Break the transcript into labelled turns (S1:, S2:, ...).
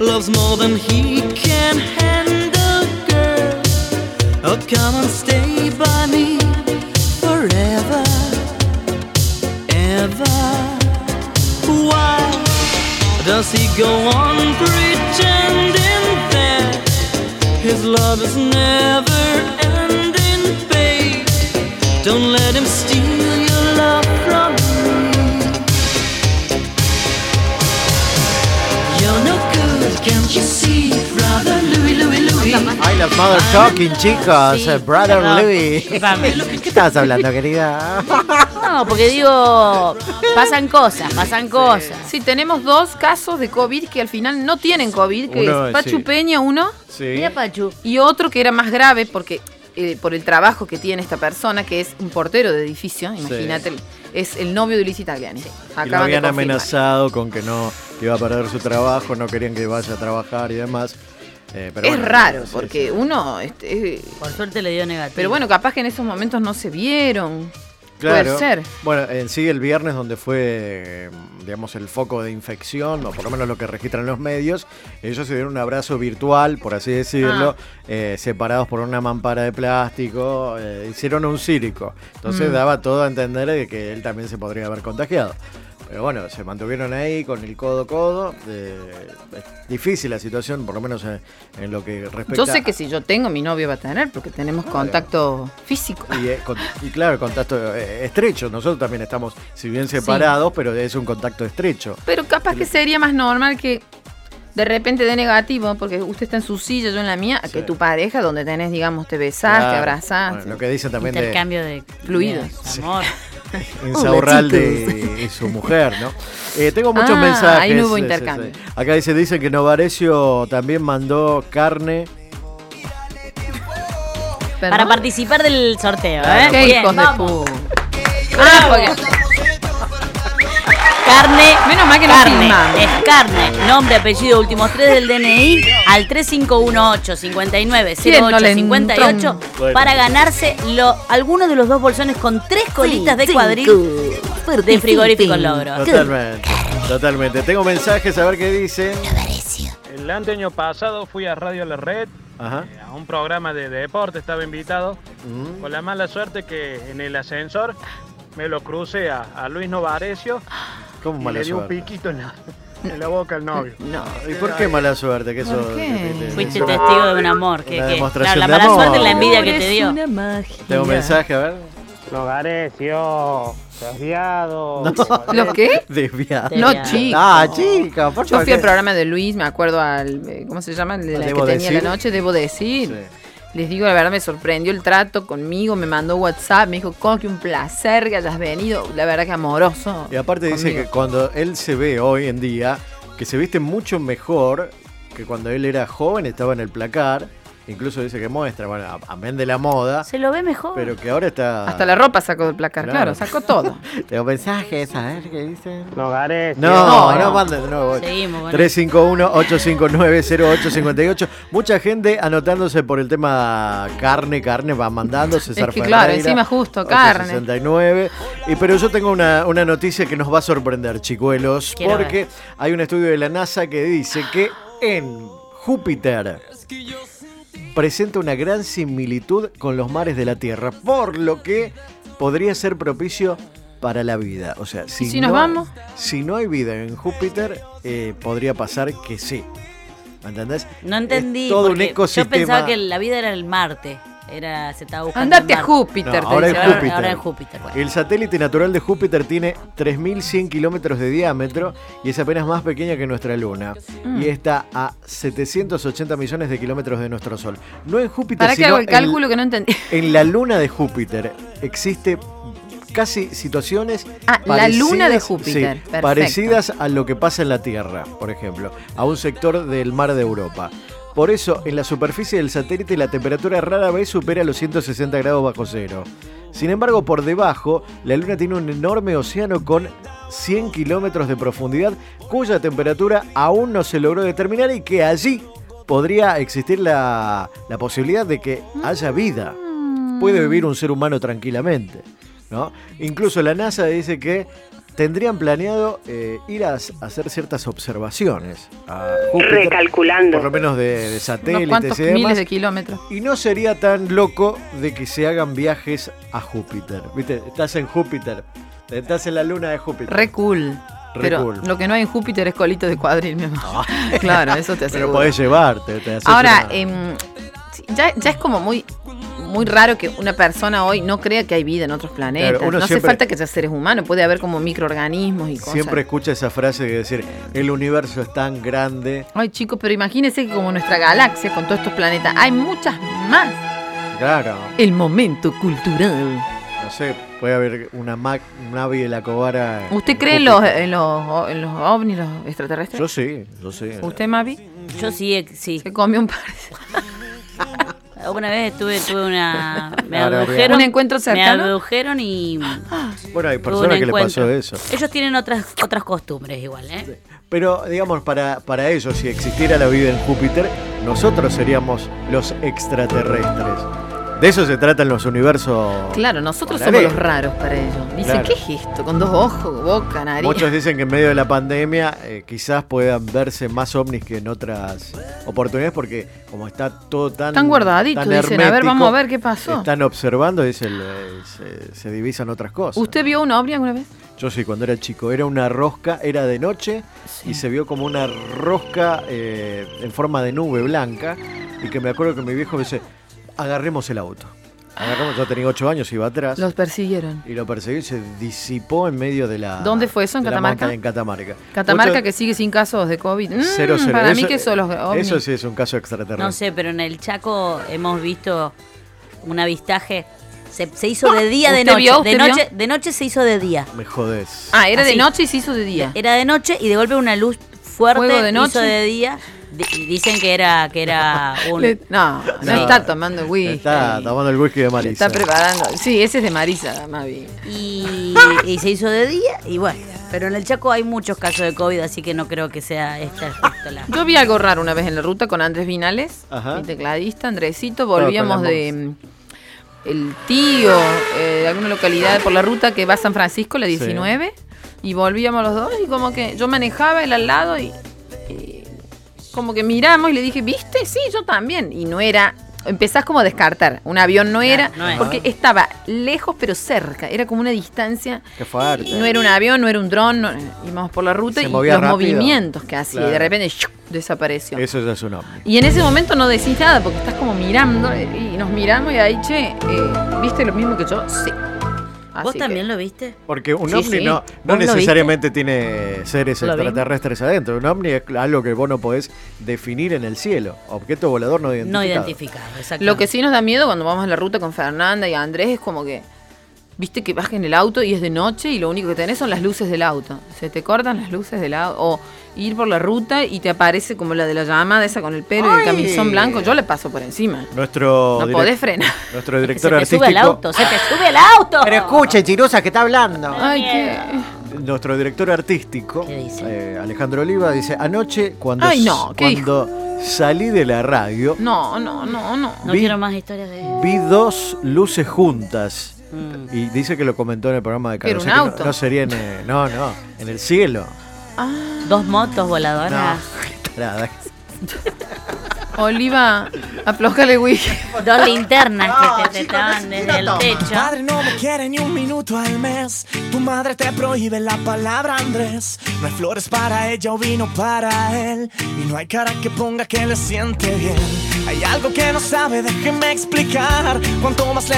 S1: loves more than he can handle, girl. Oh, come and stay by me forever, ever. Why does he go on pretending that his love is never ending, babe? Don't let him steal your love from me. You're no good, can't you see, brother Louie, Louie, Louie?
S2: I love mother talking, chicos.
S3: Sí,
S2: Eh, Brother
S3: perdón,
S2: Louis.
S3: disculpame.
S2: ¿Qué estabas hablando, querida?
S3: No, porque digo, pasan cosas, pasan cosas.
S4: Sí, tenemos dos casos de COVID que al final no tienen COVID, que
S2: Uno,
S4: es Pachu
S2: sí.
S4: Peña uno
S2: Sí.
S3: Mira, Pachu.
S4: y otro que era más grave porque eh, por el trabajo que tiene esta persona, que es un portero de edificio, imagínate, es el novio de Ulises Italiani.
S5: Y lo habían amenazado con que no que iba a perder su trabajo, no querían que vaya a trabajar y demás. Eh, pero
S4: es
S5: bueno,
S4: raro,
S5: sí,
S4: porque
S5: sí.
S4: uno... este, eh,
S3: Por suerte le dio negativo.
S4: pero bueno, capaz que en esos momentos no se vieron.
S5: Claro.
S4: Puede ser.
S5: Bueno, en sí el viernes donde fue, eh, digamos, el foco de infección, o por lo menos lo que registran los medios, ellos se dieron un abrazo virtual, por así decirlo,
S4: Ah.
S5: eh, separados por una mampara de plástico, eh, hicieron un círico.
S4: Mm.
S5: Entonces daba todo a entender de que él también se podría haber contagiado. Pero bueno, se mantuvieron ahí con el codo a codo. eh, es difícil la situación, por lo menos en, en lo que respecta
S4: Yo sé que si yo tengo, mi novio va a tener, porque tenemos contacto físico.
S5: y, eh, con- y claro, contacto eh, estrecho. Nosotros también estamos, si bien separados, pero es un contacto estrecho.
S4: Pero capaz que sería más normal que de repente dé negativo, porque usted está en su silla, yo en la mía, a que
S5: Sí.
S4: tu pareja, donde tenés, digamos, te besás, te
S5: Claro.
S4: abrazás.
S5: Bueno, lo que dicen también de
S3: Intercambio de
S4: Fluidos.
S3: ideas, Amor.
S5: Insaurralde y su mujer, ¿no? Eh, tengo muchos
S4: Ah,
S5: mensajes.
S4: ahí no hubo
S5: Sí, sí,
S4: intercambio.
S5: sí. Acá dice, dicen que Novarecio también mandó carne.
S4: Perdón.
S3: Para participar del sorteo, ¿eh?
S4: Qué
S3: Bien,
S4: hijos de
S3: vamos.
S4: pu- Ah, porque-
S3: Carne.
S4: Menos mal que no
S3: carne.
S4: filmamos.
S3: Es carne. Nombre, apellido, últimos tres del DNI al 3518 59
S4: ¿Quién no le
S3: 58
S4: entró?
S3: para ganarse lo, alguno de los dos bolsones con tres colitas de cuadril
S6: cuadril
S3: de frigorífico logro.
S5: Totalmente. Totalmente. Tengo mensajes, a ver qué dicen.
S7: El anteño pasado fui a Radio La Red,
S5: Ajá.
S7: eh, a un programa de deporte, estaba invitado,
S5: Mm.
S7: con la mala suerte que en el ascensor me lo crucé a, a Luis Novarecio
S5: ¿Cómo
S7: y
S5: mala
S7: le di un
S5: suerte?
S7: piquito en la, en la boca al novio.
S4: No.
S5: ¿Y por qué mala suerte? Que eso,
S4: qué?
S5: que te-
S3: Fuiste
S5: eso-
S3: testigo de un amor. Que,
S5: Una
S3: que-
S5: demostración
S3: claro, la
S5: de
S3: mala
S5: amor.
S3: suerte y la envidia que te dio.
S5: Tengo mensaje, a ver.
S7: Novarecio, desviado.
S4: ¿Los qué?
S5: Desviada.
S3: Te-
S4: No,
S3: Tenía-
S4: chico.
S5: Ah, chica, por
S4: Yo fui al
S5: favor.
S4: programa de Luis, me acuerdo al. eh, ¿Cómo se llama? El de la
S5: Debo
S4: que tenía
S5: decir.
S4: la noche, debo decir.
S5: Sí.
S4: Les digo, la verdad me sorprendió el trato conmigo, me mandó WhatsApp, me dijo, Coqui, un placer que hayas venido. La verdad que amoroso.
S5: Y aparte dice
S4: conmigo.
S5: que cuando él se ve hoy en día, que se viste mucho mejor que cuando él era joven, estaba en el placar. Incluso dice que muestra, bueno, a- amén de la moda,
S3: Se lo ve mejor.
S5: pero que ahora está.
S4: Hasta la ropa sacó del placar,
S5: Claro.
S4: claro sacó todo.
S5: Tengo mensajes, a ver qué dicen.
S7: Novarecio.
S5: No, no,
S4: no.
S5: manden de nuevo.
S3: Seguimos con
S5: 351-859-0858. Mucha gente anotándose por el tema carne, carne, va mandando César
S4: Es que claro,
S5: Ferreira,
S4: encima justo, carne.
S5: 869. Y, pero yo tengo una, una noticia que nos va a sorprender, chicuelos,
S3: Quiero ver.
S5: porque hay un estudio de la NASA que dice que en Júpiter presenta una gran similitud con los mares de la Tierra, por lo que podría ser propicio para la vida. O sea, si,
S4: si nos
S5: no,
S4: vamos?
S5: si no hay vida en Júpiter, eh, podría pasar que sí. ¿Entendés?
S3: No
S5: Es
S3: entendí.
S5: todo un
S3: porque
S5: ecosistema.
S3: Yo pensaba que la vida era el Marte. Era, se estaba buscando.
S4: Andate
S3: el
S4: a
S3: Marte.
S5: No,
S4: Júpiter, te
S5: ahora es
S4: dice.
S3: Ahora-
S5: Júpiter.
S3: ahora es Júpiter, bueno.
S5: El satélite natural de Júpiter tiene 3.100 kilómetros de diámetro y es apenas más pequeña que nuestra Luna.
S4: Mm.
S5: Y está a 780 millones de kilómetros de nuestro Sol. No en Júpiter,
S4: Para que
S5: sino
S4: hago
S5: en-
S4: el cálculo que no entendí.
S5: En la luna de Júpiter existe casi situaciones
S4: Ah, la luna de Júpiter.
S5: sí,
S4: Perfecto.
S5: parecidas a lo que pasa en la Tierra, por ejemplo, a un sector del mar de Europa. Por eso, en la superficie del satélite la temperatura rara vez supera los 160 grados bajo cero. Sin embargo, por debajo, la Luna tiene un enorme océano con 100 kilómetros de profundidad cuya temperatura aún no se logró determinar y que allí podría existir la, la posibilidad de que
S4: Mm.
S5: haya vida puede vivir un ser humano tranquilamente. ¿no? Incluso la NASA dice que tendrían planeado eh, ir a s- hacer ciertas observaciones a Júpiter, por lo
S6: Recalculando.
S5: menos de, de
S4: Unos
S5: satélites
S4: cuantos
S5: y demás.
S4: miles de kilómetros.
S5: Y no sería tan loco de que se hagan viajes a Júpiter. ¿Viste? Estás en Júpiter. Estás en la luna de Júpiter.
S4: Re cool.
S5: Re
S4: Pero
S5: cool. Ah.
S4: lo que no hay en Júpiter es colito de cuadril, mi amor. Claro, eso te
S5: Pero
S4: aseguro.
S5: podés llevarte. te haces
S4: Ahora,
S5: una-
S4: em, sí, ya, ya es como muy, muy raro que una persona hoy no crea que hay vida en otros planetas.
S5: Claro, uno
S4: no hace
S5: siempre-
S4: falta que sean seres humanos, puede haber como microorganismos y cosas.
S5: siempre escucha esa frase de decir, el universo es tan grande.
S4: Ay, chicos, pero imagínense que como nuestra galaxia, con todos estos planetas, hay muchas más.
S5: Claro,
S4: El momento cultural.
S5: no sé, puede haber una Mac, nave de la cobara. en
S4: ¿Usted cree en los, eh,
S5: Júpiter.
S4: en los, en los ovnis, los extraterrestres?
S5: Yo sí, yo sí.
S4: ¿Usted, Mavi?
S3: Yo sí, eh, sí.
S4: Se comió un par
S3: Una vez tuve, tuve una. Me
S5: Ahora,
S3: abdujeron.
S4: ¿Un encuentro cercano?
S3: Me abdujeron y.
S5: Bueno, hay
S3: tuve
S5: personas
S3: un
S5: que le
S3: encuentro.
S5: pasó eso.
S3: Ellos tienen otras, otras costumbres igual, ¿eh?
S5: Pero, digamos, para, para ellos, si existiera la vida en Júpiter, nosotros seríamos los extraterrestres. De eso se tratan los universos.
S4: Claro, nosotros
S5: Paralelo.
S4: somos los raros para ellos. Dicen,
S5: Claro.
S4: ¿qué es esto? Con dos ojos, boca, nariz.
S5: Muchos dicen que en medio de la pandemia eh, quizás puedan verse más ovnis que en otras oportunidades porque como está todo tan
S4: Están guardaditos,
S5: tan
S4: dicen, a ver, vamos a ver
S5: hermético,
S4: qué pasó.
S5: Están observando, dicen, eh, se, se divisan otras cosas.
S4: ¿Usted vio un ovni alguna vez?
S5: Yo sí, cuando era chico, era una rosca, era de noche y se vio como una rosca eh, en forma de nube blanca. Y que me acuerdo que mi viejo me dice, agarremos el auto. Agarramos, yo tenía ocho años, iba atrás.
S4: Los persiguieron.
S5: Y lo perseguí y se disipó en medio de la.
S4: ¿Dónde fue eso? ¿En
S5: de la
S4: Catamarca?
S5: montaña, en Catamarca.
S4: Catamarca
S5: Ocho-
S4: que sigue sin casos de COVID. Mm,
S5: cero, cero.
S4: Para mí
S5: Eso-
S4: que son los ovnis.
S5: Eso sí es un caso extraterrestre.
S3: No sé, pero en el Chaco hemos visto un avistaje. Se, se hizo de día,
S4: ¡Ah!
S3: de
S4: ¿Usted
S3: noche.
S4: vio?
S3: de,
S4: ¿Usted
S3: noche de noche se hizo de día.
S5: Me jodés.
S4: Ah, era de
S3: Así.
S4: noche y se hizo de día.
S3: Era de noche y de golpe una luz fuerte
S4: Fuego de noche.
S3: hizo de día. Di- y dicen que era, que era un.
S4: Le- no, no
S5: No.
S4: está tomando whisky.
S5: Está tomando el whisky de Marisa.
S4: Está preparando. Sí, ese es de Marisa, Mavi.
S3: Y, y se hizo de día y bueno. Pero en el Chaco hay muchos casos de COVID, así que no creo que sea esta justo la.
S4: Yo vi algo raro una vez en la ruta con Andrés Vinales,
S5: Ajá.
S4: mi tecladista, Andresito,
S5: con la
S4: volvíamos de mm, el tío, eh, de alguna localidad por la ruta que va a San Francisco, la 19, y volvíamos los dos y como que yo manejaba él al lado y, y como que miramos y le dije, ¿viste? Sí, yo también. Y no era... Empezás como a descartar. Un avión no era,
S3: Claro, no es.
S4: porque estaba lejos pero cerca. Era como una distancia.
S5: Qué fuerte.
S4: Y No era un avión, no era un dron. no- íbamos por la ruta
S5: Se
S4: y los
S5: movía rápido.
S4: movimientos que hacía. Y de
S5: Claro.
S4: repente ¡shup! desapareció.
S5: Eso ya es un ovni.
S4: Y en ese momento no decís nada porque estás como mirando eh, y nos miramos y ahí, che, eh, ¿viste lo mismo que yo? Sí. Así
S3: ¿Vos
S4: que-
S3: también lo viste?
S5: Porque un
S4: Sí,
S5: ovni
S4: sí.
S5: no, no
S3: ¿Vos lo
S5: necesariamente tiene seres
S3: ¿Lo
S5: extraterrestres adentro. Un ovni es algo que vos no podés definir en el cielo. Objeto volador no identificado.
S3: No identificado, exacto.
S4: Lo que sí nos da miedo cuando vamos en la ruta con Fernanda y Andrés es como que, viste que bajen el auto y es de noche y lo único que tenés son las luces del auto. Se te cortan las luces del auto. O ir por la ruta y te aparece como la de la llamada esa con el pelo y el camisón blanco. Yo le paso por encima.
S5: Nuestro,
S4: No
S5: direc-
S4: podés frenar.
S5: nuestro
S3: Es que se
S5: director
S3: te sube al
S5: artístico.
S3: auto, se te sube el auto.
S2: Pero escuche, Chirusa, que está hablando.
S4: Ay, qué...
S5: Nuestro director artístico,
S3: ¿Qué dice?
S5: eh, Alejandro Oliva, dice, anoche cuando,
S4: Ay, no, ¿qué
S5: cuando salí de la radio,
S4: No, no, no, no.
S3: No
S5: Vi-
S3: quiero más historias de.
S5: vi dos luces juntas. Y dice que lo comentó en el programa de
S4: Pero
S5: Carlos.
S4: Mm. un
S5: que no-
S4: auto.
S5: No, sería en el, no, no, en el cielo.
S3: Dos motos
S5: No,
S4: Ah.
S3: voladoras.
S5: tarada.
S4: Oliva, aflojale, güey.
S3: Dos linternas que te estaban desde el techo.
S8: Padre no me quiere ni un minuto al mes. Tu madre te prohíbe la palabra Andrés. No hay flores para ella o vino para él. Y no hay cara que ponga que le siente bien. Hay algo que no sabe, déjeme explicar. Cuanto más le